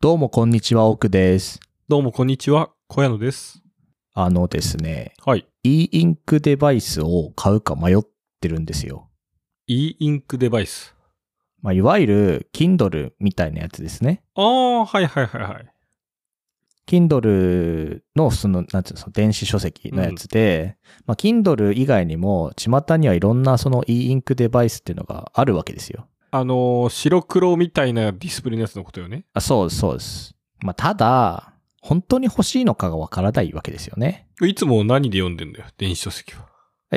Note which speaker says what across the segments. Speaker 1: どうもこんにちは、奥です。
Speaker 2: どうも、こんにちは。小屋野です。
Speaker 1: あのですね、
Speaker 2: はい。
Speaker 1: e インクデバイスを買うか迷ってるんですよ。
Speaker 2: e インクデバイス。
Speaker 1: まあ、いわゆる Kindle みたいなやつですね。
Speaker 2: ああ、はいはいはいはい。
Speaker 1: Kindle のその、なんつうの、その電子書籍のやつで、まあ、Kindle 以外にも、巷にはいろんなその e インクデバイスっていうのがあるわけですよ。
Speaker 2: あのー白黒みたいなディスプレイのやつのことよね。
Speaker 1: あそうです、そうです。まあ、ただ、本当に欲しいのかがわからないわけですよね。
Speaker 2: いつも何で読んでんだよ、電子書籍は。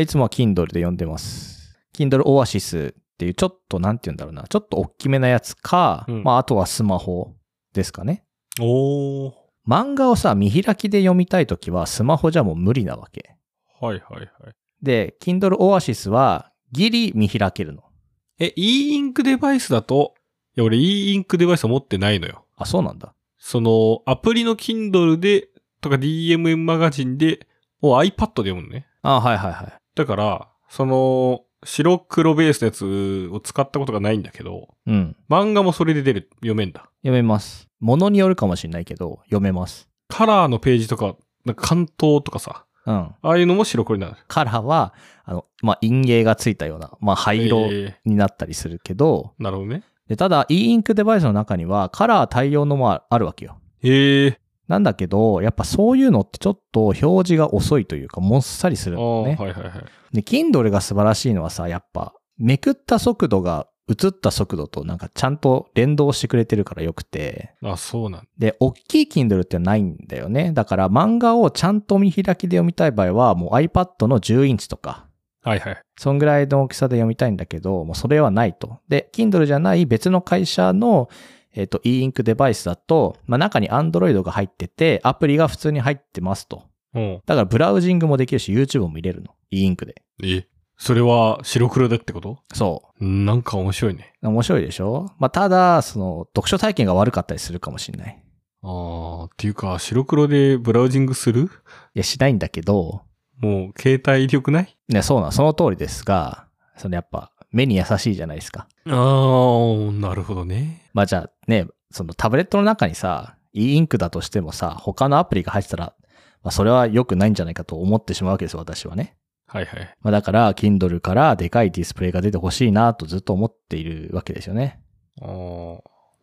Speaker 1: いつもは Kindle で読んでます。Kindle Oasis っていうちょっとなんて言うんだろうな、ちょっと大きめなやつか、
Speaker 2: うん
Speaker 1: まああとはスマホですかね。
Speaker 2: おー。
Speaker 1: 漫画をさ、見開きで読みたいときはスマホじゃもう無理なわけ。
Speaker 2: はいはいはい。
Speaker 1: で、Kindle Oasis はギリ見開けるの。
Speaker 2: え、e インクデバイスだと、いや、俺 e インクデバイスは持ってないのよ。
Speaker 1: あ、そうなんだ。
Speaker 2: その、アプリの Kindle で、とか DMM マガジンで、を iPad で読むのね。
Speaker 1: あ、はいはいはい。
Speaker 2: だから、その、白黒ベースのやつを使ったことがないんだけど、
Speaker 1: うん。
Speaker 2: 漫画もそれで出る、読めんだ。
Speaker 1: 読めます。ものによるかもしれないけど、読めます。
Speaker 2: カラーのページとか、なんか関東とかさ、
Speaker 1: うん。
Speaker 2: ああいうのも白黒になる。
Speaker 1: カラーは、あの、まあ、陰影がついたような、まあ、灰色
Speaker 2: え
Speaker 1: になったりするけど、
Speaker 2: ーなるほどね。
Speaker 1: で、ただ e インクデバイスの中にはカラー対応のもああるわけよ。
Speaker 2: へえ。
Speaker 1: なんだけど、やっぱそういうのってちょっと表示が遅いというか、もっさりする
Speaker 2: あ
Speaker 1: の
Speaker 2: あ、
Speaker 1: ね。
Speaker 2: はいはいはい。
Speaker 1: で、Kindle が素晴らしいのはさ、やっぱ、めくった速度が映った速度となんかちゃんと連動してくれてるからよくて、
Speaker 2: あそうなん
Speaker 1: で、大きい Kindle ってないんだよね。だから漫画をちゃんと見開きで読みたい場合は、もう iPad の10インチとか、
Speaker 2: はいはい。
Speaker 1: そんぐらいの大きさで読みたいんだけど、もうそれはないと。で、Kindle じゃない別の会社の、えっ、と、e インクデバイスだと、まあ、中に Android が入ってて、アプリが普通に入ってますと。
Speaker 2: うん。
Speaker 1: だからブラウジングもできるし、YouTube も見れるの。e インクで。
Speaker 2: え、それは白黒だってこと
Speaker 1: そ
Speaker 2: なんか面白いね。
Speaker 1: う。面白いでしょまあ、ただ、その、読書体験が悪かったりするかもしれない。
Speaker 2: ああ、っていうか、白黒でブラウジングする
Speaker 1: いや、しないんだけど、
Speaker 2: もう、携帯力ない
Speaker 1: ね、そうなん、その通りですが、そのやっぱ、目に優しいじゃないですか。
Speaker 2: ああ、なるほどね。
Speaker 1: まあじゃあね、そのタブレットの中にさ、e インクだとしてもさ、他のアプリが入ってたら、まあそれは良くないんじゃないかと思ってしまうわけですよ、私はね。
Speaker 2: はいはい。
Speaker 1: まあだから、Kindle からでかいディスプレイが出てほしいなとずっと思っているわけですよね。
Speaker 2: ああ。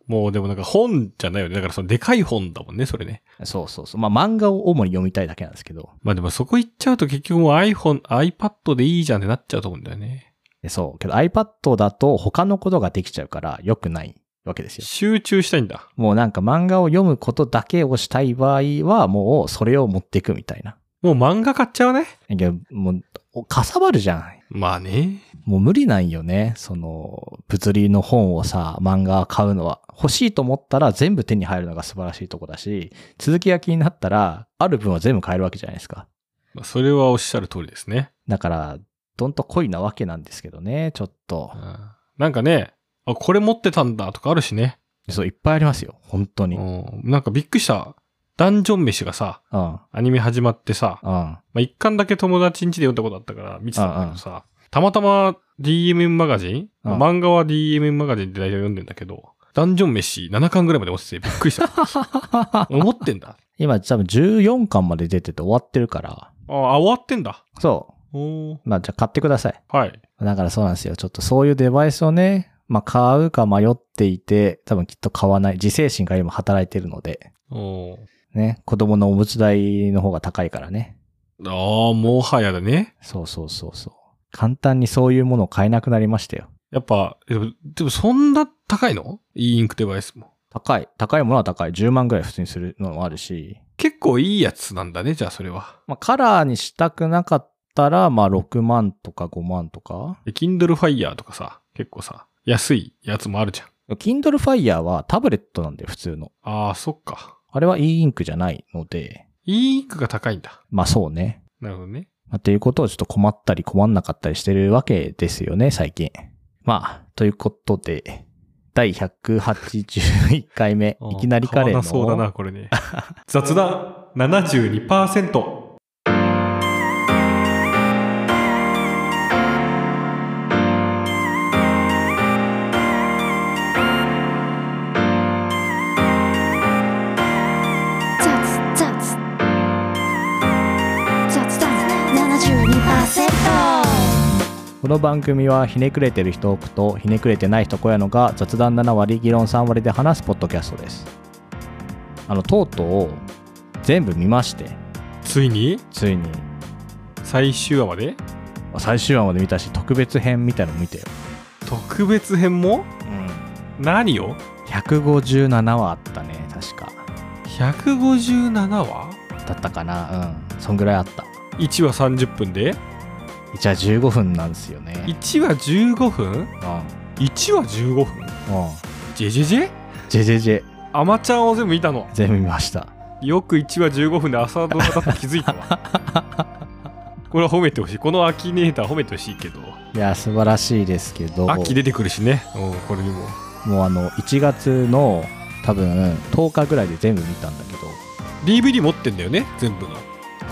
Speaker 2: もうでもなんか本じゃないよね。だからそのでかい本だもんね、それね。
Speaker 1: そうそうそう。まあ漫画を主に読みたいだけなんですけど。
Speaker 2: まあでもそこ行っちゃうと結局もう iPhone、iPad でいいじゃんってなっちゃうと思うんだよね。
Speaker 1: でそう。けど iPad だと他のことができちゃうから良くないわけですよ。
Speaker 2: 集中したいんだ。
Speaker 1: もうなんか漫画を読むことだけをしたい場合は、もうそれを持っていくみたいな。
Speaker 2: もう漫画買っちゃうね。
Speaker 1: いや、もう、おかさばるじゃん。
Speaker 2: まあね。
Speaker 1: もう無理なんよね。その、物理の本をさ、漫画買うのは。欲しいと思ったら全部手に入るのが素晴らしいとこだし、続きが気になったら、ある分は全部買えるわけじゃないですか。
Speaker 2: まあ、それはおっしゃる通りですね。
Speaker 1: だから、どんと濃いなわけなんですけどね、ちょっと
Speaker 2: う。んなんかね、あ、これ持ってたんだとかあるしね。
Speaker 1: そう、いっぱいありますよ。本当
Speaker 2: う
Speaker 1: に。うん。
Speaker 2: ん、なんかびっくりした。ダンジョン飯がさ、
Speaker 1: うん。
Speaker 2: アニメ始まってさ、
Speaker 1: うん。
Speaker 2: まあ、一巻だけ友達ん家で読んだことあったから見てたんだけどさ、たまたま DMM マガジン、
Speaker 1: うん
Speaker 2: まあ漫画は DMM マガジンって大体読んでんだけど、ダンジョン飯7巻ぐらいまで落ちてびっくりした。 思ってんだ。
Speaker 1: 今、多分14巻まで出てて終わってるから。
Speaker 2: ああ、終わってんだ。
Speaker 1: そ
Speaker 2: おー
Speaker 1: う。まあ、じゃあ買ってください。
Speaker 2: はい。
Speaker 1: だからそうなんですよ。ちょっとそういうデバイスをね、まあ買うか迷っていて、多分きっと買わない。自制心が今働いてるので、
Speaker 2: おー
Speaker 1: ね、子供のおむつ代の方が高いからね。
Speaker 2: ああ、もはやだね。
Speaker 1: そうそうそうそう。簡単にそういうものを買えなくなりましたよ。
Speaker 2: やっぱ、でも、でもそんな高いの e インクデバイスも。
Speaker 1: 高い。高いものは高い。10万ぐらい普通にするのもあるし、
Speaker 2: 結構いいやつなんだね、じゃあそれは。
Speaker 1: まあカラーにしたくなかったら、まあ6万とか5万とか。
Speaker 2: で Kindle Fire とかさ、結構さ、安いやつもあるじゃん。
Speaker 1: Kindle Fire はタブレットなんだよ、普通の。
Speaker 2: ああ、そっか。
Speaker 1: あれは e インクじゃないので、
Speaker 2: e インクが高いんだ。
Speaker 1: まあそうね。
Speaker 2: なるほどね。
Speaker 1: まあ、ということをちょっと困ったり困んなかったりしてるわけですよね、最近。まあ、ということで、第181回 目、いきなりカレー
Speaker 2: 買わ
Speaker 1: の。
Speaker 2: なそうだな、これね。雑談72%。
Speaker 1: この番組はひねくれてる人多くとひねくれてない人小屋のが雑談7割議論3割で話すポッドキャストですあのとうとう全部見まして
Speaker 2: ついに
Speaker 1: ついに
Speaker 2: 最終話まで
Speaker 1: 最終話まで見たし特別編みたいのも見てよ、
Speaker 2: 特別編も何を
Speaker 1: 157話あったね確か
Speaker 2: ?157 話
Speaker 1: だったかなうんそんぐらいあった
Speaker 2: ?1 話30分で
Speaker 1: 一話15分なんですよね
Speaker 2: ?1 話15分
Speaker 1: うん
Speaker 2: ?1 話15分
Speaker 1: うん
Speaker 2: ジェジェジェ
Speaker 1: ジェジェジェ
Speaker 2: アマちゃんを全部見たの
Speaker 1: 全部見ました
Speaker 2: よく1話15分で朝ドラだって気づいたわ これは褒めてほしいこのアキネーター褒めてほしいけど
Speaker 1: いや素晴らしいですけど
Speaker 2: 秋出てくるしねうんこれにも
Speaker 1: もうあの1月の多分10日ぐらいで全部見たんだけど
Speaker 2: DVD 持ってんだよね全部の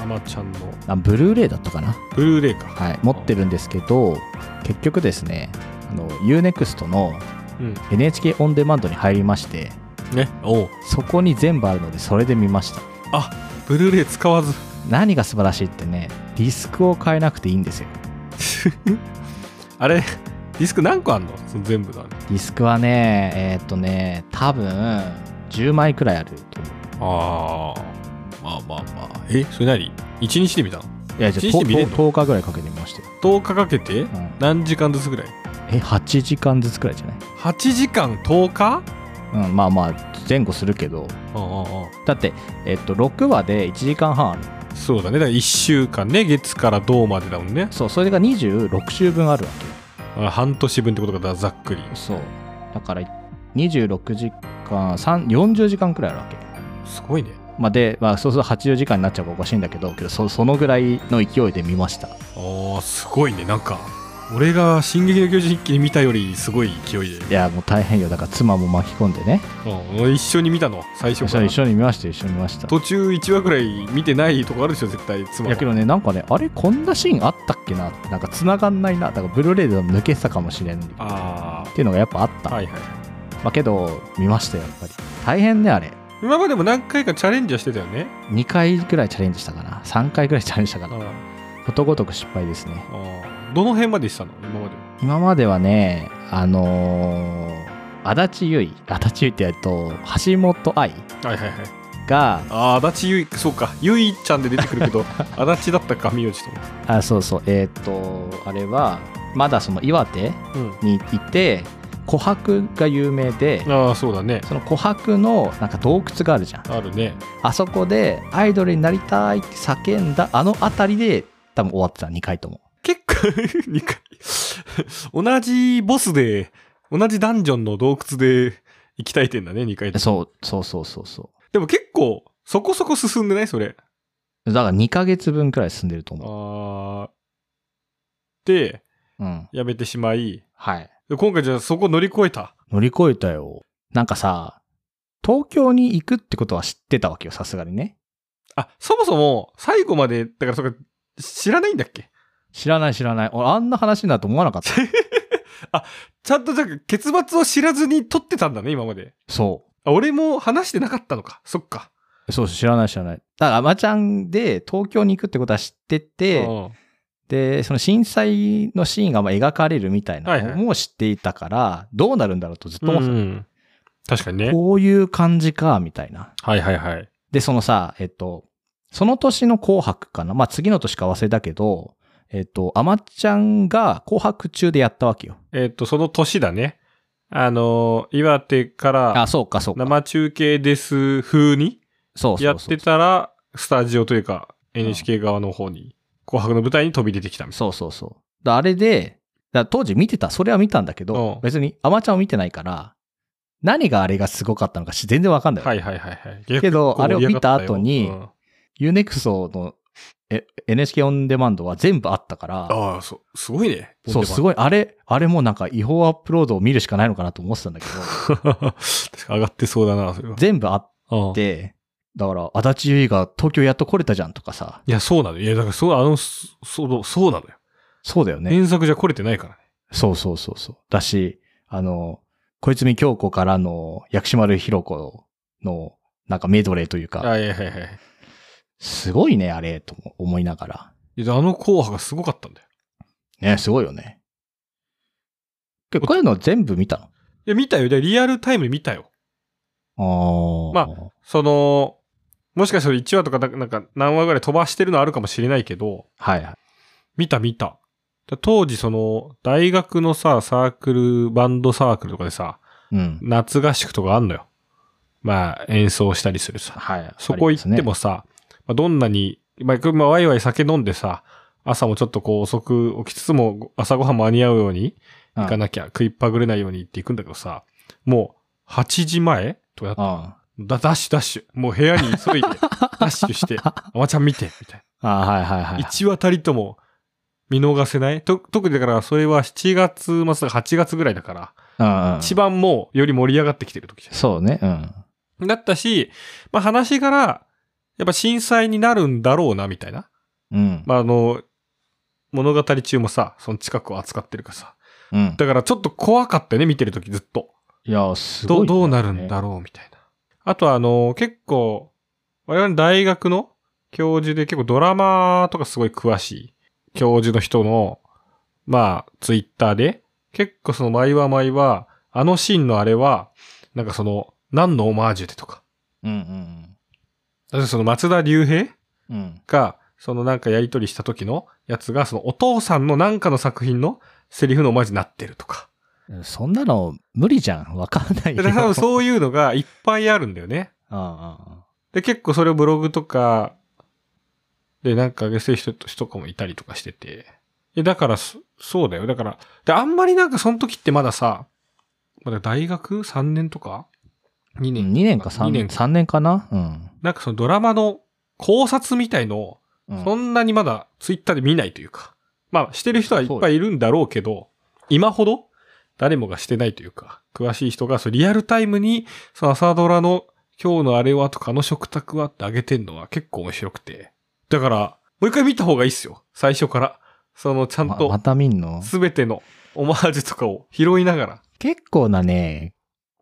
Speaker 2: アマちゃんの
Speaker 1: あブルーレイだったかな
Speaker 2: ブルーレイか
Speaker 1: はい持ってるんですけど結局ですねあの UNEXT の
Speaker 2: うん
Speaker 1: NHK オンデマンドに入りまして
Speaker 2: ねおう
Speaker 1: そこに全部あるのでそれで見ました
Speaker 2: ブルーレイ使わず
Speaker 1: 何が素晴らしいってねディスクを変えなくていいんですよ
Speaker 2: あれディスク何個あんのその全部だね
Speaker 1: ディスクはねえーっとね多分10枚くらいあると思う
Speaker 2: ああまあまあまあえそれ何1日で見たの
Speaker 1: いやじゃあ
Speaker 2: 一日で見れんの
Speaker 1: 10, 日ぐらいかけてみましたよ、
Speaker 2: 10日かけて
Speaker 1: うん
Speaker 2: 何時間ずつぐらい
Speaker 1: え8時間ずつくらいじゃない
Speaker 2: 8時間10日
Speaker 1: うんまあまあ前後するけど
Speaker 2: ああ
Speaker 1: だって、えっと、6話で1時間半ある
Speaker 2: そうだねだから1週間ね月から銅までだもんね
Speaker 1: そうそれが26週分あるわけよ
Speaker 2: あ半年分ってことかだざっくり
Speaker 1: そうだから26時間3 40時間くらいあるわけ
Speaker 2: すごいね
Speaker 1: まあで、まあ、そうすると80時間になっちゃうからおかしいんだけどけどそそのぐらいの勢いで見ました
Speaker 2: ああすごいねなんか俺が「進撃の巨人」一気に見たよりすごい勢いで
Speaker 1: いやもう大変よだから妻も巻き込んでね
Speaker 2: うん、一緒に見たの最初か
Speaker 1: そう
Speaker 2: ら
Speaker 1: 一緒に見ましたよ一緒に見ました
Speaker 2: 途中1話ぐらい見てないとこあるでしょ絶対
Speaker 1: い
Speaker 2: 妻
Speaker 1: やけ
Speaker 2: は
Speaker 1: どねなんかねあれこんなシーンあったっけなってなんか繋がんないなだからブルーレイでも抜けてたかもしれんっ
Speaker 2: あ
Speaker 1: ていうのがやっぱあった、
Speaker 2: あはいはい
Speaker 1: まあけど見ましたよやっぱり大変ねあれ
Speaker 2: 今までも何回かチャレンジはしてたよね
Speaker 1: 2回ぐらいチャレンジしたかな3回ぐらいチャレンジしたか
Speaker 2: あ
Speaker 1: なことごとく失敗ですね
Speaker 2: あどの辺までしたの今までは
Speaker 1: 今まではねあのー足立結衣足立結衣ってやると橋本愛
Speaker 2: はいはいはい
Speaker 1: が
Speaker 2: ああ足立ゆいそうかゆいちゃんで出てくる けど足立だったか名字と
Speaker 1: あそうそうえっ、とあれはまだその岩手
Speaker 2: うん
Speaker 1: にいて琥珀が有名で
Speaker 2: ああそうだね
Speaker 1: その琥珀のなんか洞窟があるじゃん
Speaker 2: あるね
Speaker 1: あそこでアイドルになりたいって叫んだあの辺りで多分終わってた2回とも
Speaker 2: 結構 2回同じボスで同じダンジョンの洞窟で行きたいてんだね2回とも
Speaker 1: そうそうそうそうそう
Speaker 2: でも結構そこそこ進んでないそれ
Speaker 1: だから2ヶ月分くらい進んでると思う。
Speaker 2: あーで、
Speaker 1: うん。
Speaker 2: やめてしまい、
Speaker 1: はい。
Speaker 2: で今回じゃあそこ乗り越えた。
Speaker 1: 乗り越えたよ。なんかさ、東京に行くってことは知ってたわけよ、さすがにね。
Speaker 2: あ、そもそも、最後まで、だからそれ知らないんだっけ
Speaker 1: 知らない知らない。俺、あんな話になると思わな かった。
Speaker 2: ちゃんとじゃあ結末を知らずに撮ってたんだね、今まで。
Speaker 1: そ
Speaker 2: あ俺も話してなかったのか。そっか。
Speaker 1: う。そうそう、知らない知らない。だから、アマちゃんで東京に行くってことは知ってて、
Speaker 2: うん
Speaker 1: で、その震災のシーンがまあ描かれるみたい
Speaker 2: は
Speaker 1: ない
Speaker 2: はい
Speaker 1: のも知っていたから、どうなるんだろうとずっと思ってた。
Speaker 2: うん確かにね。
Speaker 1: こういう感じか、みたいな。
Speaker 2: はいはいはい。
Speaker 1: で、そのさ、えっと、その年の紅白かな。まあ、次の年か忘れたけど、えっと、アマちゃんが紅白中でやったわけよ。
Speaker 2: えっ、と、その年だね。あのー岩手か
Speaker 1: あ、
Speaker 2: ら
Speaker 1: そうか、そうか。
Speaker 2: 生中継です風に
Speaker 1: そうそ
Speaker 2: や
Speaker 1: う
Speaker 2: っ
Speaker 1: そう
Speaker 2: て。たら、スタジオというか、NHK 側の方に、紅白の舞台に飛び出てきたみたい
Speaker 1: そうそうそう。だあれで、だ当時見てた、それは見たんだけ
Speaker 2: う
Speaker 1: ど
Speaker 2: ん、
Speaker 1: 別にアマちゃんを見てないから、何があれがすごかったのかし全然わかんな
Speaker 2: な。
Speaker 1: い。
Speaker 2: はいはいはいはい。結
Speaker 1: けど、
Speaker 2: 構
Speaker 1: あれを見た後
Speaker 2: 盛り上
Speaker 1: に
Speaker 2: が、ったよ
Speaker 1: UNEXT のえ NHK オンデマンドは全部あったから、
Speaker 2: うんああ、そう、すごいね。
Speaker 1: そう、す
Speaker 2: い。
Speaker 1: ごい、あれ、あれもなんか違法アップロードを見るしかないのかなと思ってたんだけど、
Speaker 2: 確か上がってそうだな、それは。
Speaker 1: 全部あっ
Speaker 2: うん
Speaker 1: で、だから、足立由衣が東京やっと来れたじゃんとかさ、
Speaker 2: いや、そうなのよ。いや、だから、そう、あの、そそう、そうなのよ。
Speaker 1: そうだよね。
Speaker 2: 原作じゃ来れてないからね。
Speaker 1: そうそうそうそう。だし、あの、小泉京子からの薬師丸ひろ子の、なんかメドレーというか、
Speaker 2: あいやいやいやい
Speaker 1: すごいね、あれ、とも思いながら。
Speaker 2: や。であの紅白がすごかったんだよ。
Speaker 1: ね、すごいよね。でこういうの全部見た
Speaker 2: いや、見たよ。でリアルタイムで見たよ。
Speaker 1: のああ。
Speaker 2: まその、もしかしたら1話とかなんかなんか何話ぐらい飛ばしてるのあるかもしれないけど、
Speaker 1: はいはい。
Speaker 2: 見た見た。だ当時その、大学のさ、サークル、バンドサークルとかでさ、
Speaker 1: うん。
Speaker 2: 夏合宿とかあんのよ。まあ、演奏したりするさ。
Speaker 1: はい。
Speaker 2: そこ
Speaker 1: あ
Speaker 2: 行って
Speaker 1: りま
Speaker 2: もさ、まあ、どんなに、まあ、まあワイワイ酒飲んでさ、朝もちょっとこう遅く起きつつも朝ごはん間に合うように
Speaker 1: すね、
Speaker 2: 行かなきゃ、食いっぱぐれないようにって行くんだけどさ、もう8時前とかだ
Speaker 1: うん。うん
Speaker 2: だダッシュダッシュ。もう部屋に急いで ダッシュして、あまちゃん見て、みたい
Speaker 1: ああ、はいはいは
Speaker 2: な。
Speaker 1: いはい。
Speaker 2: 1話たりとも見逃せないと特にだからそれは7月末だから8月ぐらいだから、
Speaker 1: うんうん
Speaker 2: 一番もうより盛り上がってきてる時じゃん
Speaker 1: そうね。うん。
Speaker 2: だったし、まあ話から、やっぱ震災になるんだろうな、みたいな。
Speaker 1: うん。
Speaker 2: まああの、物語中もさ、その近くを扱ってるからさ。
Speaker 1: うん。
Speaker 2: だからちょっと怖かったよね、見てるときずっと。
Speaker 1: いや、すごい
Speaker 2: ど
Speaker 1: ね、
Speaker 2: うどうなるんだ
Speaker 1: ろ
Speaker 2: ろう、みたいな。あとはあの、結構、我々大学の教授で結構ドラマとかすごい詳しい教授の人の、まあ、ツイッターで、結構その毎は毎は、あのシーンのあれは、なんかその、何のオマージュでとか。
Speaker 1: う。うん
Speaker 2: 例えばその松田龍平
Speaker 1: うんうん。うん。
Speaker 2: が、そのなんかやりとりした時のやつが、そのお父さんのなんかの作品のセリフのオマージュになってると か。
Speaker 1: そんなの無理じゃん。わかんない
Speaker 2: で
Speaker 1: よ。
Speaker 2: 多分
Speaker 1: う。
Speaker 2: そういうのがいっぱいあるんだよね。
Speaker 1: あ
Speaker 2: で、結構それをブログとか、で、なんか上げてる人と人とかもいたりとかしてて。え、だからそ、そうだよ。だから、で、あんまりなんかその時ってまださ、まだ大学 ?3 年とか ?2
Speaker 1: 2
Speaker 2: 年
Speaker 1: 年か3
Speaker 2: 二
Speaker 1: 年。
Speaker 2: 年
Speaker 1: 3年かなうん。
Speaker 2: なんかそのドラマの考察みたいのを、
Speaker 1: うん
Speaker 2: そんなにまだツイッターで見ないというか、まあしてる人はいっぱいいるんだろうけど、今ほど誰もがしてないというか、詳しい人がそうリアルタイムに、その朝ドラの今日のあれはとかあの食卓はってあげてんのは結構面白くて。だから、もう一回見た方がいいっすよ。最初から。そのちゃん
Speaker 1: ま
Speaker 2: と
Speaker 1: ま、た見んの
Speaker 2: すべてのオマージュとかを拾いながら。
Speaker 1: 結構なね、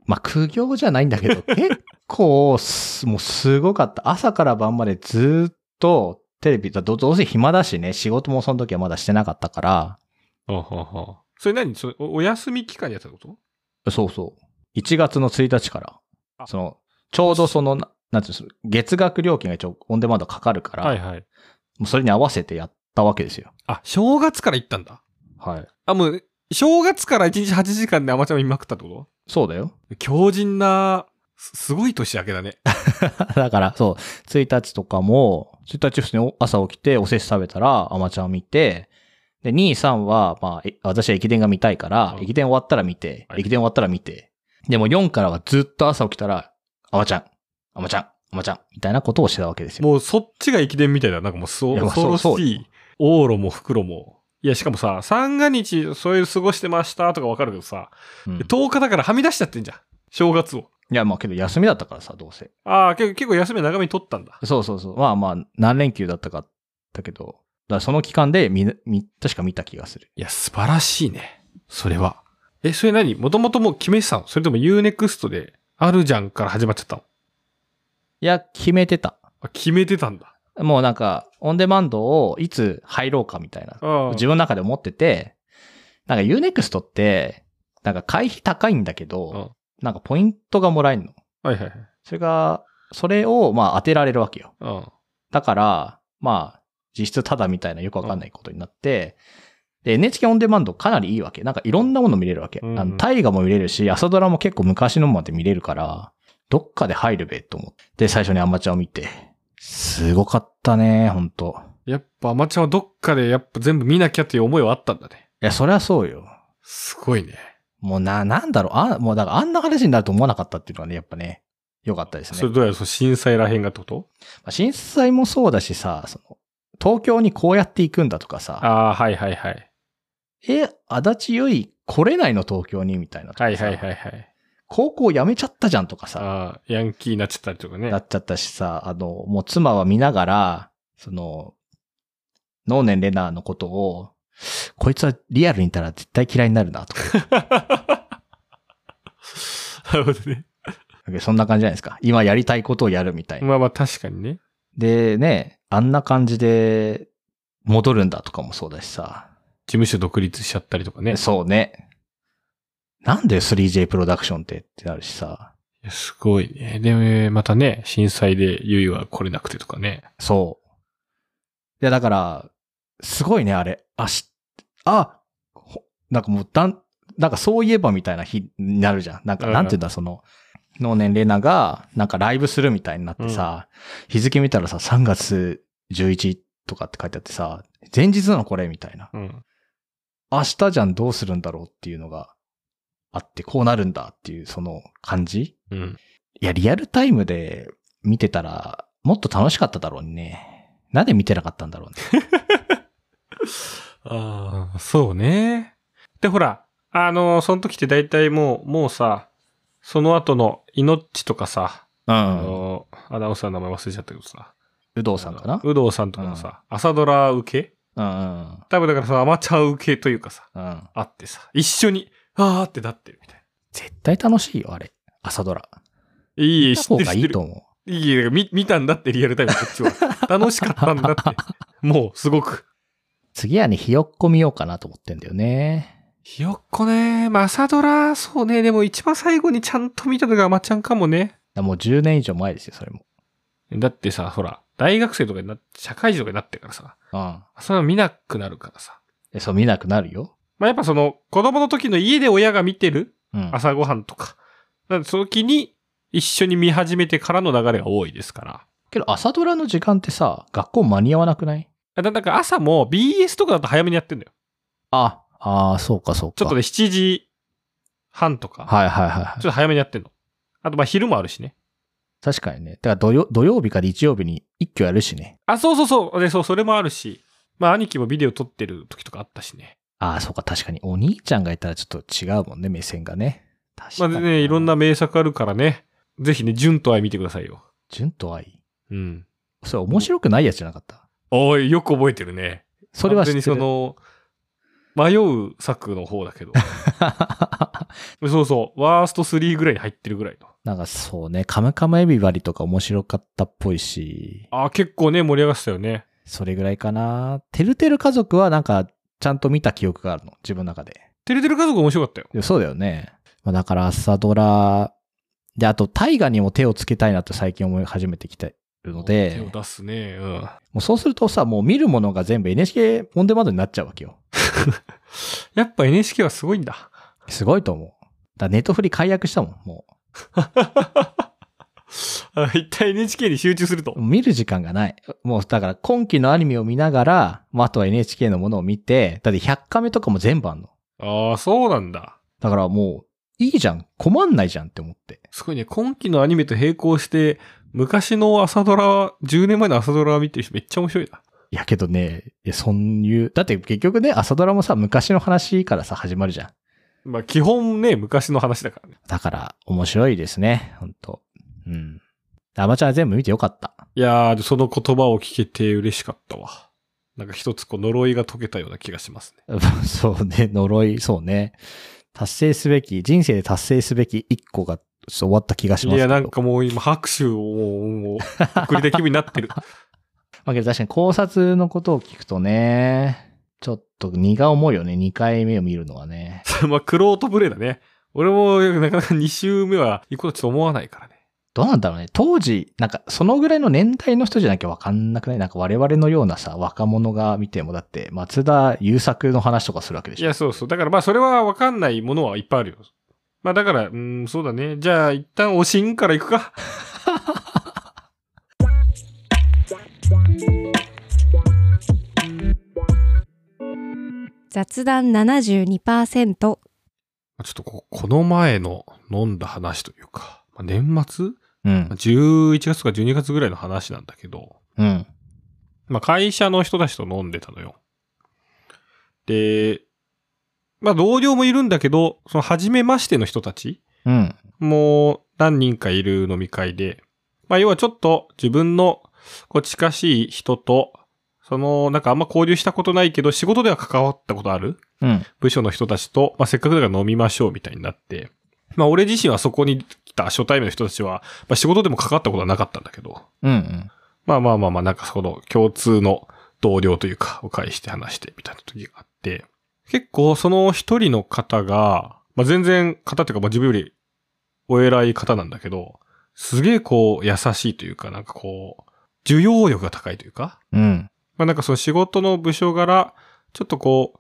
Speaker 1: まあ、苦行じゃないんだけ ど、結構す、もうすごかった。朝から晩までずっとテレビだ、どどうせ暇だしね、仕事もその時はまだしてなかったから、
Speaker 2: それ何それおお休み期間にやったこと
Speaker 1: そうそう。1月の1日から、
Speaker 2: あ
Speaker 1: その、ちょうどその、ななんていうんですか、月額料金が一応オンデマンドかかるから、
Speaker 2: はいはい。
Speaker 1: もうそれに合わせてやったわけですよ。
Speaker 2: あ、正月から行ったんだ。
Speaker 1: はい。
Speaker 2: あ、もう、正月から1日8時間でアマちゃんを見まくったってこ
Speaker 1: そうだよ。
Speaker 2: と強靭な、すすごい年明けだね。
Speaker 1: だから、そう、1日とかも、1日普通に朝起きておせち食べたら、アマちゃんを見て、で、2、3は、まあ、え私は駅伝が見たいから、
Speaker 2: うん
Speaker 1: 駅伝終わったら見て、
Speaker 2: はい
Speaker 1: 駅伝終わったら見て。でも4からはずっと朝起きたら、アマちゃん、アマちゃん、アマちゃん、みたいなことをしてたわけですよ。
Speaker 2: もうそっちが駅伝みたいだ。なんかもうそ
Speaker 1: いやまあ
Speaker 2: 恐ろ
Speaker 1: そうそう
Speaker 2: しい。往路も袋も。いや、しかもさ、三が日そういう過ごしてましたとかわかるけどさ、
Speaker 1: うんい
Speaker 2: 10日だからはみ出しちゃってんじゃん。正月を。
Speaker 1: や、まあけど休みだったからさ、どうせ。
Speaker 2: ああ、結構結構休み長めに取ったんだ。
Speaker 1: そうそうそう。まあまあ、何連休だったか、だけど、だからその期間で見、見、確か見た気がする。
Speaker 2: いや、素晴らしいね。それは。え、それ何もともともう決めてたのそれとも UNEXT であるじゃんから始まっちゃったの
Speaker 1: いや、決めてた。
Speaker 2: あ決めてたんだ。
Speaker 1: もうなんか、オンデマンドをいつ入ろうかみたいな、
Speaker 2: ああ
Speaker 1: 自分の中で思ってて、なんか Unext って、なんか会費高いんだけど、なんかポイントがもらえるの。
Speaker 2: はいはいはい。
Speaker 1: それが、それをまあ当てられるわけよ。
Speaker 2: うん。
Speaker 1: だから、まあ、実質ただみたいなよくわかんないことになって、で、NHK オンデマンドかなりいいわけ。なんかいろんなもの見れるわけ。
Speaker 2: うんうん
Speaker 1: あの大河も見れるし、朝ドラも結構昔のまで見れるから、どっかで入るべと思って、で最初にアマチュアを見て、すごかったね、ほんと。
Speaker 2: やっぱアマちゃんはどっかでやっぱ全部見なきゃっていう思いはあったんだね。
Speaker 1: いや、そりゃそうよ。
Speaker 2: すごいね。
Speaker 1: もうな、なんだろう、あ、もうだからあんな話になると思わなかったっていうのはね、やっぱね、良かったです
Speaker 2: そ
Speaker 1: ね。
Speaker 2: れ
Speaker 1: ま
Speaker 2: どうやらその震災らへんがってこと
Speaker 1: あ震災もそうだしさ、その、東京にこうやって行くんだとかさ、
Speaker 2: ああ、はいはいはい。
Speaker 1: え、足立由衣来れないの東京にみたいなとかさ
Speaker 2: はいはいはいはい。
Speaker 1: 高校辞めちゃったじゃんとかさ、
Speaker 2: ああ、ヤンキーになっちゃったりとかね
Speaker 1: な。っちゃったしさ、あの、もう妻は見ながら、その、能年レナーのことを、こいつはリアルにいたら絶対嫌いになるなとか、
Speaker 2: なるほどね。
Speaker 1: そんな感じじゃないですか。 今やりたいことをやるみたいな。
Speaker 2: まあまあ確かにね。
Speaker 1: でね、あんな感じで戻るんだとかもそうだしさ。
Speaker 2: 事務所独立しちゃったりとかね。
Speaker 1: そうね。なんで 3J プロダクションってってなるしさ。
Speaker 2: いやすごいね。で、またね、震災でゆいは来れなくてとかね。
Speaker 1: そう。いや、だから、すごいね、あれ。あし、あ、ほなんかもう、だん、なんかそういえばみたいな日になるじゃん。なんか、
Speaker 2: うん
Speaker 1: なんていうんだ、その、能年玲奈が、なんかライブするみたいになってさ、日付見たらさ、3月11とかって書いてあってさ、前日なのこれみたいな。
Speaker 2: うん。
Speaker 1: 明日じゃんどうするんだろうっていうのがあって、こうなるんだっていう、その感じ
Speaker 2: うん。
Speaker 1: いや、リアルタイムで見てたら、もっと楽しかっただろうにね。なんで見てなかったんだろうね。
Speaker 2: ああ、そうね。で、ほら、あのーその時って大体もう、もうさ、その後の命とかさ、
Speaker 1: う
Speaker 2: あ
Speaker 1: ん。
Speaker 2: のーアナウンサーの名前忘れちゃったけどさ。
Speaker 1: 有働さんかな
Speaker 2: あの有働さんとかのさ、朝ドラ受け
Speaker 1: うん
Speaker 2: 多分だからそのアマチュア受けというかさ、
Speaker 1: うん。うん。
Speaker 2: あってさ、一緒に、あーってなってるみたいな。
Speaker 1: 絶対楽しいよ、あれ。朝ドラ。
Speaker 2: いいえ、
Speaker 1: 見た
Speaker 2: 知って
Speaker 1: 方
Speaker 2: る
Speaker 1: がい
Speaker 2: 知って
Speaker 1: い
Speaker 2: る
Speaker 1: と。思
Speaker 2: いいえ、だから見見たんだってリアルタイムこっ ちは。楽しかったんだって。もう、すごく。
Speaker 1: う。次はね、ひよっこ見ようかなと思ってんだよね。
Speaker 2: ひよっこね、まさドラ、そうね、でも一番最後にちゃんと見たのがアマちゃんかもね。
Speaker 1: もう10年以上前ですよ、それも。
Speaker 2: だってさ、ほら、大学生とかになって、社会人とかになってからさ、
Speaker 1: うん
Speaker 2: それは見なくなるからさ。
Speaker 1: で。そう、見なくなるよ。
Speaker 2: まあ、やっぱその、子供の時の家で親が見てる
Speaker 1: うん。
Speaker 2: 朝ごはんとか、なんでその時に一緒に見始めてからの流れが多いですから。
Speaker 1: けど、朝ドラの時間ってさ、学校間に合わなくない
Speaker 2: だだから朝も BS とかだと早めにやってんだよ。
Speaker 1: あ、ああ、そうか、そうか。
Speaker 2: ちょっとね、7時半とか、
Speaker 1: はいはいはいは
Speaker 2: ち
Speaker 1: い。
Speaker 2: ょっと早めにやってんの。あと、まあ、昼もあるしね。
Speaker 1: 確かにね。だから土曜土曜日か日曜日に一挙やるしね。
Speaker 2: あ、そうそうそう。で、そう、それもあるし。まあ、兄貴もビデオ撮ってる時とかあったしね。
Speaker 1: ああ、そうか、確かに。お兄ちゃんがいたらちょっと違うもんね、目線がね。確
Speaker 2: ま
Speaker 1: か
Speaker 2: あ、
Speaker 1: に。
Speaker 2: でね、いろん。な名作あるからね。ぜひね、純と愛見てくださいよ。
Speaker 1: 純と愛。
Speaker 2: うん。
Speaker 1: それ面白くないやつじゃなかった。
Speaker 2: おい、よく覚えてるね。
Speaker 1: それは知っ
Speaker 2: 完
Speaker 1: て
Speaker 2: 全
Speaker 1: る
Speaker 2: にその、迷う作の方だけど。 そうそう。ワースト3ぐらいに入ってるぐらいの。
Speaker 1: なんかそうね、カムカムエビバリとか面白かったっぽいし、
Speaker 2: あー、結構ね、盛り上がってたよね。
Speaker 1: それぐらいかな。てるてる家族はなんか、ちゃんと見た記憶があるの、自分の中で。
Speaker 2: てるてる家族面白かったよ。
Speaker 1: いやそうだよね。まあ、だから朝ドラ、で、あと大河にも手をつけたいなって最近思い始めてきてるので、
Speaker 2: 手を出すね。うん。
Speaker 1: もうそうするとさ、もう見るものが全部 NHK オンデマンドになっちゃうわけよ。
Speaker 2: やっぱ NHK はすごいんだ。
Speaker 1: すごいと思う。だからネットフリ解約したもん、も
Speaker 2: あ一旦 NHK に集中すると
Speaker 1: う。。見る時間がない。もうだから今期のアニメを見ながら、まあ、あとは NHK のものを見て、だって100カメとかも全部あんの。
Speaker 2: ああ、そうなんだ。
Speaker 1: だからもう、いいじゃん。困んないじゃんって思って。
Speaker 2: すごいね。今期のアニメと並行して、昔の朝ドラ、10年前の朝ドラを見てる人めっちゃ面白いな。
Speaker 1: いやけどね、いやそういう、だって結局ね、朝ドラもさ、昔の話からさ、始まるじゃん。
Speaker 2: まあ基本ね、昔の話だからね。
Speaker 1: だから、面白いですね。本当うん。アマチュア全部見てよかった。
Speaker 2: いやー、その言葉を聞けて嬉しかったわ。なんか一つこう呪いが解けたような気がしますね。
Speaker 1: そうね、呪い、そうね。達成すべき、人生で達成すべき一個がちょっと終わった気がします
Speaker 2: い
Speaker 1: けど。
Speaker 2: や、なんかもう今拍手をもう送りたい気分になってる。
Speaker 1: まあけど確かに考察のことを聞くとね、ちょっと荷が重いよね、2回目を見るのはね。
Speaker 2: まあクロートプレイだね。俺もなかなか2週目は行くことちょっと思わないからね。
Speaker 1: どうなんだろうね。当時、なんかそのぐらいの年代の人じゃなきゃわかんなくないなんか我々のようなさ、若者が見ても、だって松田優作の話とかするわけで
Speaker 2: い
Speaker 1: しょ。
Speaker 2: や、そうそう。だからまあ、それは分かんないものはいっぱいあるよ。まあ、だから、うん、そうだね。じゃあ、一旦おしんから行くか。
Speaker 3: 雑談72%
Speaker 2: ちょっとこ、この前の飲んだ話というか、まあ、年末
Speaker 1: うん
Speaker 2: まあ。?11 月とか12月ぐらいの話なんだけど、
Speaker 1: うん。
Speaker 2: まあ、会社の人たちと飲んでたのよ。で、まあ、同僚もいるんだけど、その、初めましての人たち
Speaker 1: うん。
Speaker 2: もう何人かいる飲み会で、まあ要はちょっと自分のこう近しい人と、そのなんかあんま交流したことないけど仕事では関わったことある
Speaker 1: うん。
Speaker 2: 部署の人たちと、まあせっかくだから飲みましょうみたいになって、まあ俺自身はそこに来た初対面の人たちは、まあ仕事でも関わったことはなかったんだけど、
Speaker 1: うん。うん。
Speaker 2: まあまあまあまあなんかその共通の同僚というかを介して話してみたいな時があって、結構その一人の方が、まあ、全然方っていうか、まあ、自分よりお偉い方なんだけど、すげえこう優しいというか、なんかこう、需要力が高いというか、
Speaker 1: うん。
Speaker 2: まあなんかその仕事の部署柄、ちょっとこう、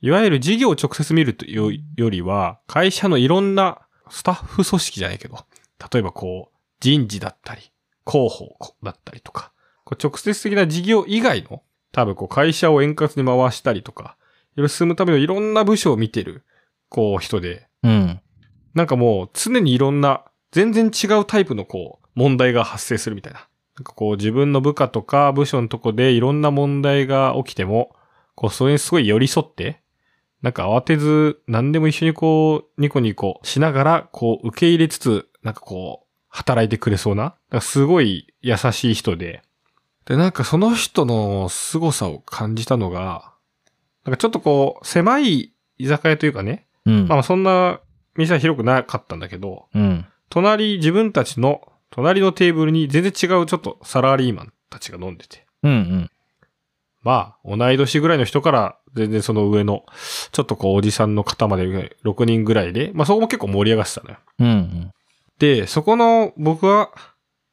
Speaker 2: いわゆる事業を直接見るというよりは、会社のいろんなスタッフ組織じゃないけど、例えばこう、人事だったり、広報だったりとか、こう直接的な事業以外の、多分こう会社を円滑に回したりとか、いろいろ進むためのいろんな部署を見てる、こう人で、
Speaker 1: うん。
Speaker 2: なんかもう常にいろんな、全然違うタイプのこう、問題が発生するみたいな。なんかこう自分の部下とか部署のとこでいろんな問題が起きても、こうそれにすごい寄り添って、なんか慌てず何でも一緒にこう、ニコニコしながら、こう受け入れつつ、なんかこう、働いてくれそうな、なんかすごい優しい人で、で、なんかその人の凄さを感じたのが、なんかちょっとこう、狭い居酒屋というかね、
Speaker 1: うん。
Speaker 2: まあそんな店は広くなかったんだけど、
Speaker 1: うん。
Speaker 2: 隣、自分たちの隣のテーブルに全然違うちょっとサラリーマンたちが飲んでて。
Speaker 1: うん。うん。
Speaker 2: まあ、同い年ぐらいの人から全然その上の、ちょっとこうおじさんの方まで6人ぐらいで、まあそこも結構盛り上がってたのよ。
Speaker 1: うん。
Speaker 2: で、そこの僕は、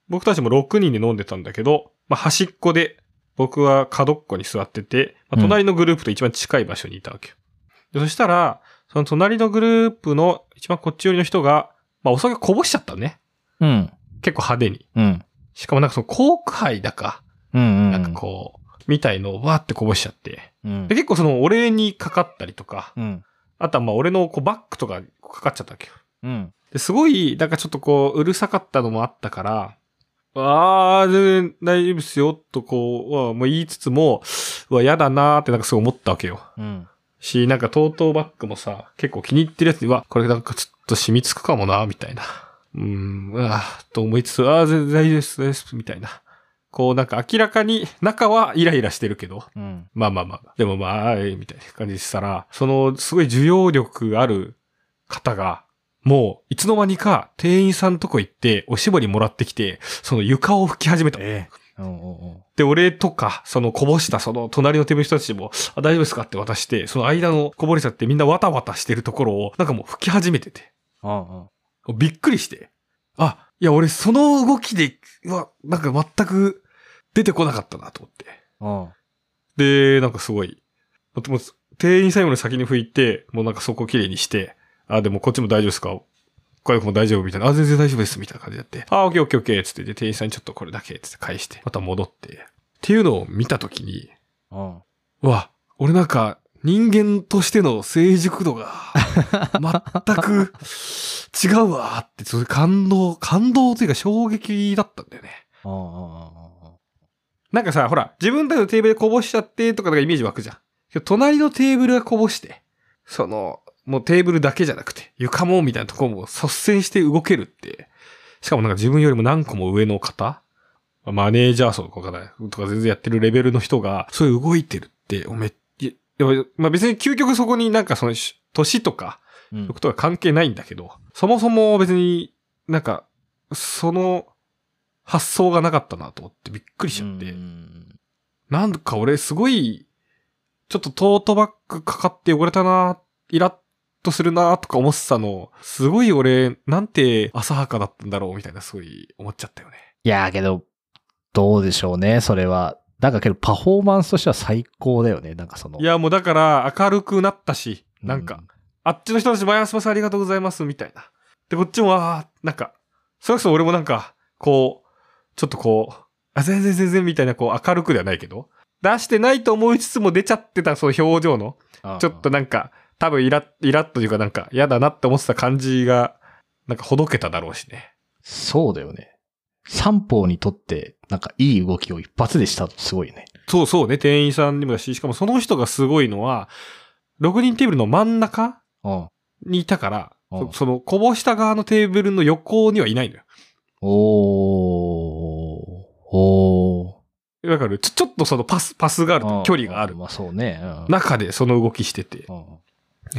Speaker 2: 僕たちも6人で飲んでたんだけど、まあ端っこで、僕は角っこに座ってて、まあ隣のグループと一番近い場所にいたわけよ。でそしたら、その隣のグループの一番こっち寄りの人が、まあお酒こぼしちゃったのね。
Speaker 1: うん。
Speaker 2: 結構派手に。
Speaker 1: うん。
Speaker 2: しかもなんかそのコーク杯だか、
Speaker 1: うん。
Speaker 2: なんかこう、みたいのをわーってこぼしちゃって。
Speaker 1: うん。
Speaker 2: で、結構そのお礼にかかったりとか、
Speaker 1: うん。
Speaker 2: あとはまあ俺のこうバッグとかかかっちゃったわけよ。
Speaker 1: うん。
Speaker 2: ですごい、なんかちょっとこう、うるさかったのもあったから、あー、全然大丈夫っすよ、とこう、はもう言いつつも、うわ、嫌だなーってなんかすごい思ったわけよ。
Speaker 1: うん。
Speaker 2: し、なんか TOTO バッグもさ、結構気に入ってるやつに、うわ、これなんかちょっと染みつくかもな、みたいな。うーん、うわー、と思いつつ、あー、全然大丈夫です、大丈夫です、みたいな。こう、なんか明らかに、中はイライラしてるけど、
Speaker 1: うん。
Speaker 2: まあまあまあ、でもまあ、ええみたいな感じでしたら、その、すごい需要力ある方が、もう、いつの間にか、店員さんとこ行って、おしぼりもらってきて、その床を拭き始めたの。
Speaker 1: おお
Speaker 2: で、俺とか、そのこぼした、その隣のテーブルの人たちも、あ大丈夫ですかって渡して、その間のこぼれちゃってみんなわたわたしてるところを、なんかもう吹き始めてて、
Speaker 1: おお
Speaker 2: びっくりして、あ、いや、俺その動きで、うわ、なんか全く出てこなかったなと思って。
Speaker 1: お
Speaker 2: で、なんかすごい、もう店員最後の先に拭いて、もうなんかそこきれいにして、あ、でもこっちも大丈夫ですかこれも大丈夫みたいな。あ、全然大丈夫です。みたいな感じでやって。あ、オッケーオッケーオッケー。つって、で、店員さんにちょっとこれだけ。つって返して。また戻って。っていうのを見たときに、
Speaker 1: お
Speaker 2: うわ、俺なんか人間としての成熟度が全く違うわって、それ感動、感動というか衝撃だったんだよね。
Speaker 1: おお
Speaker 2: なんかさ、ほら、自分たちのテーブルでこぼしちゃってとかなんかイメージ湧くじゃん。けど隣のテーブルがこぼして、その、もうテーブルだけじゃなくて、床もみたいなところも率先して動けるって。しかもなんか自分よりも何個も上の方マネージャー層とかねとか全然やってるレベルの人が、そういう動いてるって、おめいやまあ別に究極そこになんかその、し年とか、
Speaker 1: うん
Speaker 2: 僕とは関係ないんだけど、そもそも別になんか、その発想がなかったなと思ってびっくりしちゃって、なんか俺すごい、ちょっとトートバッグかかって汚れたな、イラッとするなとか思ってたの、すごい俺、なんて浅はかだったんだろうみたいなすごい思っちゃったよね。
Speaker 1: いやーけど、どうでしょうね、それは。なんかけど、パフォーマンスとしては最高だよね、なんかその。
Speaker 2: い、やもうだから明るくなったし、
Speaker 1: うん
Speaker 2: なんか、。あっちの人たち、毎朝さんありがとうございます、みたいな。で、こっちも、あーなんか、それこそ俺もなんか、こう、ちょっとこう、あ、全然全然みたいな、こう、明るくではないけど、出してないと思いつつも出ちゃってた、その表情の、ちょっと
Speaker 1: ね。
Speaker 2: なんか、多分イラッ、イラッというかなんか、嫌だなって思ってた感じが、なんかほどけただろうしね。
Speaker 1: そうだよね。三方にとって、なんかいい動きを一発でしたとすごいね。
Speaker 2: そうそうね、店員さんにもだし、しかもその人がすごいのは、6人テーブルの真ん中
Speaker 1: うん。
Speaker 2: にいたから、
Speaker 1: うん
Speaker 2: そその、こぼした側のテーブルの横にはいないのよ。
Speaker 1: おー。おー。
Speaker 2: わかるちょ、ちょっとそのパス、パスがあると距離がある
Speaker 1: うん。まあそうね。うん
Speaker 2: 中でその動きしてて。
Speaker 1: うん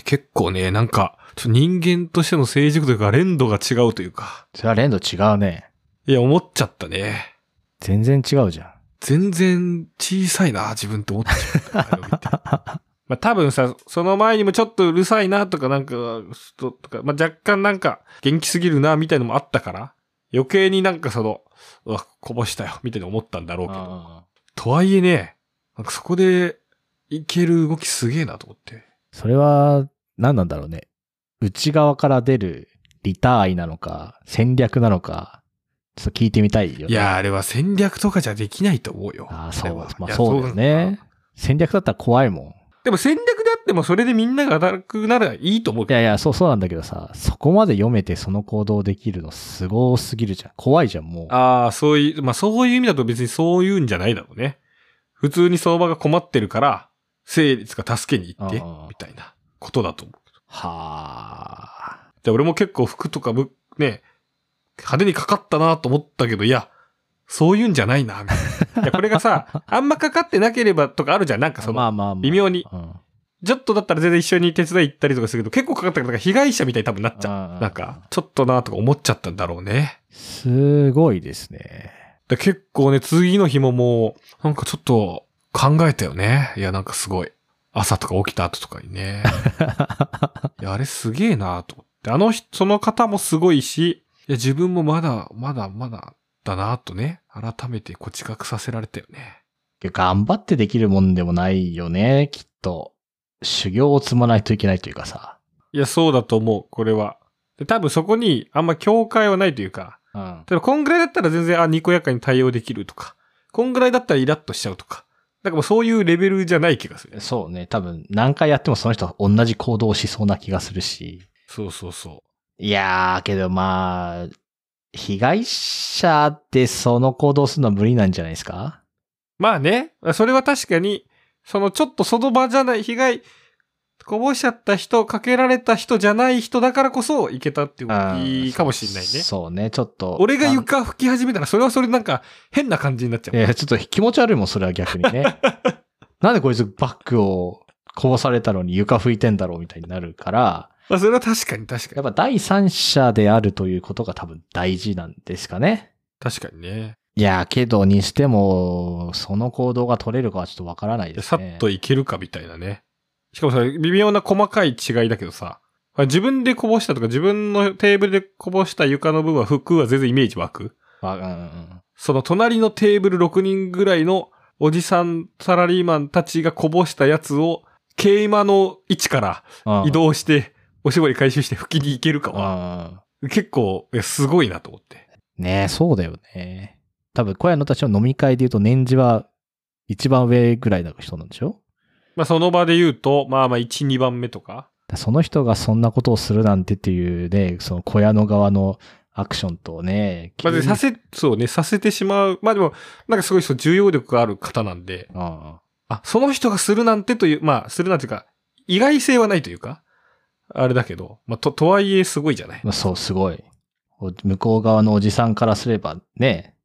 Speaker 2: 結構ね、なんか、ちょっと人間としての成熟というか、連度が違うというか。
Speaker 1: それは連動違うね。
Speaker 2: いや、思っちゃったね。
Speaker 1: 全然違うじゃん。
Speaker 2: 全然小さいな、自分って思っちゃった。あれを見て まあ多分さ、その前にもちょっとうるさいなとかなんか、ととか、まあ若干なんか元気すぎるなみたいのもあったから、余計になんかその、うわ、こぼしたよみたいに思ったんだろうけど。
Speaker 1: あー
Speaker 2: とはいえね、なんかそこでいける動きすげえなと思って。
Speaker 1: それは、何なんだろうね。内側から出るリターン愛なのか、戦略なのか、ちょっと聞いてみたいよね。
Speaker 2: いやー、あれは戦略とかじゃできないと思うよ。
Speaker 1: あー
Speaker 2: れ
Speaker 1: そう
Speaker 2: は。
Speaker 1: まあ
Speaker 2: いや
Speaker 1: そうですね。。戦略だったら怖いもん。
Speaker 2: でも戦略であってもそれでみんなが働くならいいと思う
Speaker 1: い
Speaker 2: けど。
Speaker 1: やいや、そうそうなんだけどさ、そこまで読めてその行動できるのすごすぎるじゃん。怖いじゃん、もう。
Speaker 2: ああ、そういう、まあそういう意味だと別にそういうんじゃないだろうね。普通に相場が困ってるから、成立が助けに行って
Speaker 1: あー、
Speaker 2: みたいなことだと思う。
Speaker 1: はあ。
Speaker 2: で、俺も結構服とかむ、ね、派手にかかったなと思ったけど、いや、そういうんじゃないな、みたいな。いや、これ がさ、あんまかかってなければとかあるじゃん。なんかその、
Speaker 1: まあまあまあ。
Speaker 2: 微妙に
Speaker 1: うん。うん
Speaker 2: ちょっとだったら全然一緒に手伝い行ったりとかするけど、結構かかったから被害者みたいに多分なっちゃう。なんか、、ちょっとなとか思っちゃったんだろうね。
Speaker 1: すごいですね。
Speaker 2: で結構ね、次の日ももう、なんかちょっと考えたよね。いや、なんかすごい。朝とか起きた後とかにね。いや、あれすげえなと思って。あの人、その方もすごいし、いや、自分もまだ、まだ、まだ、だなとね、改めてこう自覚させられたよね。
Speaker 1: 頑張ってできるもんでもないよね、きっと。修行を積まないといけないというかさ。
Speaker 2: いや、そうだと思う、これは。で、多分そこにあんま境界はないというか、
Speaker 1: うん。
Speaker 2: 例えば、こんぐらいだったら全然、あ、にこやかに対応できるとか、こんぐらいだったらイラッとしちゃうとか、なんかもうそういうレベルじゃない気がする。
Speaker 1: そうね、多分何回やってもその人は同じ行動をしそうな気がするし。
Speaker 2: そうそうそ
Speaker 1: いやー、けどまあ、被害者ってその行動するのは無理なんじゃないですか
Speaker 2: う。まあね、それは確かに、そのちょっとその場じゃない、被害、こぼしちゃった人、かけられた人じゃない人だからこそいけたっていういいかもしれないね。
Speaker 1: そうね、ちょっと。
Speaker 2: 俺が
Speaker 1: 言う
Speaker 2: 床吹き始めたら、それはそれなんか変な感じになっちゃう。
Speaker 1: いや、ちょっと気持ち悪いもん、それは逆に ね。なんでこいつバッグをこぼされたのに床拭いてんだろうみたいになるから、
Speaker 2: まあそれは確かに確か
Speaker 1: やっ
Speaker 2: に。
Speaker 1: ぱ第三者であるということが多分大事なんですかね。
Speaker 2: 確かにね。
Speaker 1: いや、けどにしても、その行動が取れるかはちょっとわからないです
Speaker 2: さ
Speaker 1: ね。
Speaker 2: っといけるかみたいなね。しかもさ、微妙な細かい違いだけどさ、まあ自分でこぼしたとか自分のテーブルでこぼした床の部分は服は全然イメージ湧く。
Speaker 1: わうんうん
Speaker 2: その隣のテーブル6人ぐらいのおじさんサラリーマンたちがこぼしたやつを、桂馬の位置から
Speaker 1: うんうん
Speaker 2: 移動して、おしぼり回収して拭きに行けるか
Speaker 1: うんう
Speaker 2: は、
Speaker 1: ん
Speaker 2: 結構、いやすごいなと思って。
Speaker 1: ねえ、そうだよね。多分、小屋のたちの飲み会で言うと年次は一番上ぐらいの人なんでしょ
Speaker 2: まあその場で言うと、まあまあ1、2番目とか。
Speaker 1: だからその人がそんなことをするなんてっていうね、その小屋の側のアクションとね、
Speaker 2: まあで
Speaker 1: 急に
Speaker 2: させ、そうね、させてしまう。まあでも、なんかすごいそう重要力がある方なんで、
Speaker 1: うん
Speaker 2: あ、その人がするなんてという、まあ、するなんていうか、意外性はないというか、あれだけど、まあ、と、とはいえすごいじゃない。
Speaker 1: まあそう、すごい。お向こう側のおじさんからすればね、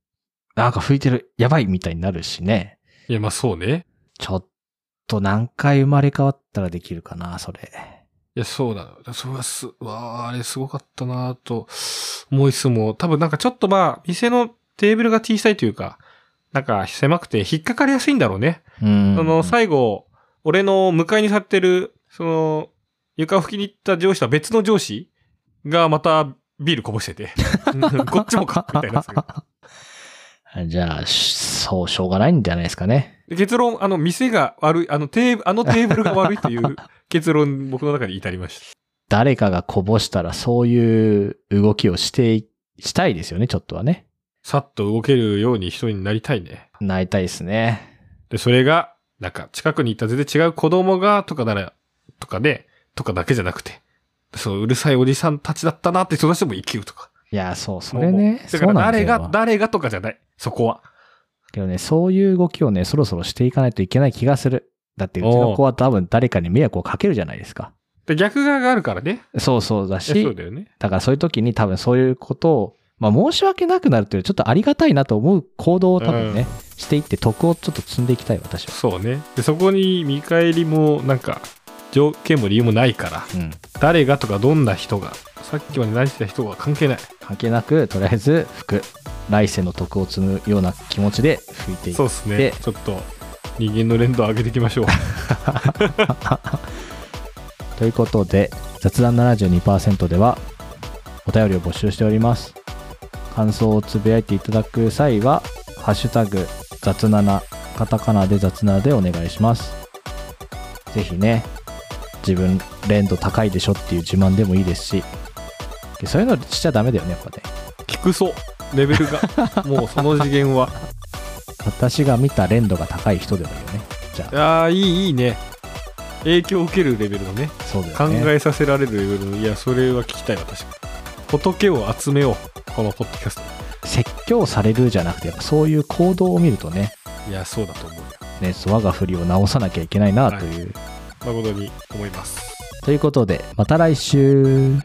Speaker 1: なんか吹いてる、やばいみたいになるしね。
Speaker 2: いや、まあそうね。
Speaker 1: ちょっと何回生まれ変わったらできるかな、それ。
Speaker 2: いや、そうだ。それはす、わあ、あれすごかったなと思いつつも、多分なんかちょっとまあ、店のテーブルが小さいというか、なんか狭くて引っかかりやすいんだろうね。
Speaker 1: うん。
Speaker 2: その最後、俺の向かいに座ってる、その、床を拭きに行った上司とは別の上司がまたビールこぼして て、うんこっちもか、みたいな。
Speaker 1: じゃあ、しそう、しょうがないんじゃないですかね。
Speaker 2: で結論、あの、店が悪い、あのテーブ、あのテーブルが悪いという結論、僕の中に至りまし
Speaker 1: 誰かがこぼしたらそういう動きをしてい、したいですよね、ちょっとはね。
Speaker 2: た。さっと動けるように人になりたいね。
Speaker 1: なりたいですね。
Speaker 2: で、それが、なんか、近くに行った全然違う子供が、とかなら、とかで、とかだけじゃなくて、そう、うるさいおじさんたちだったなって人たちでも生きるとか。
Speaker 1: いや、そう、そ
Speaker 2: も
Speaker 1: れ
Speaker 2: う
Speaker 1: ね。
Speaker 2: だか
Speaker 1: そ
Speaker 2: ら
Speaker 1: うなんです
Speaker 2: 誰
Speaker 1: よ
Speaker 2: が、誰がとかじゃない。そこは。
Speaker 1: けどね、そういう動きをね、そろそろしていかないといけない気がする。だって、うちの子は多分誰かに迷惑をかけるじゃないですか。
Speaker 2: で、逆側があるからね。
Speaker 1: そうそうだ
Speaker 2: いやそ
Speaker 1: し
Speaker 2: う、だよね。
Speaker 1: だからそういう時に多分そういうことを、まあ申し訳なくなるというよりちょっとありがたいなと思う行動を多分ね、
Speaker 2: うん
Speaker 1: していって得をちょっと積んでいきたい、私は。
Speaker 2: そうね。で、そこに見返りも、なんか、条件も理由もないから、
Speaker 1: うん。
Speaker 2: 誰がとかどんな人が、さっきまで何してた人が関係ない。
Speaker 1: 関係なく、とりあえず服、来世の得を積むような気持ちで拭いてい
Speaker 2: そう
Speaker 1: っ
Speaker 2: ですね
Speaker 1: で。
Speaker 2: ちょっと、人間の連動を上げていきましょう。
Speaker 1: ということで雑談72%ではお便りを募集しております感想をつぶやいていただく際は「ハッシュタグ雑7」カタカナで雑7でお願いしますぜひね自分連度高いでしょっていう自慢でもいいですしでそういうのしちゃダメだよねやっぱね
Speaker 2: 低そう。レベルが。もうその次元は。
Speaker 1: 私が見た連度が高い人でもいいよね
Speaker 2: いやーいい、いいね。影響を受けるレベルのね。
Speaker 1: そうだ
Speaker 2: 考
Speaker 1: よね
Speaker 2: えさせられるレベルの。いや、それは聞きたいわ、確かに。仏を集めよう。このポッドキャスト。
Speaker 1: 説教されるじゃなくてやっぱそういう行動を見るとね
Speaker 2: いや、そうだと思うよ。
Speaker 1: ね我が振りを直さなきゃいけないなという、
Speaker 2: 誠に思います。
Speaker 1: ということでまた来週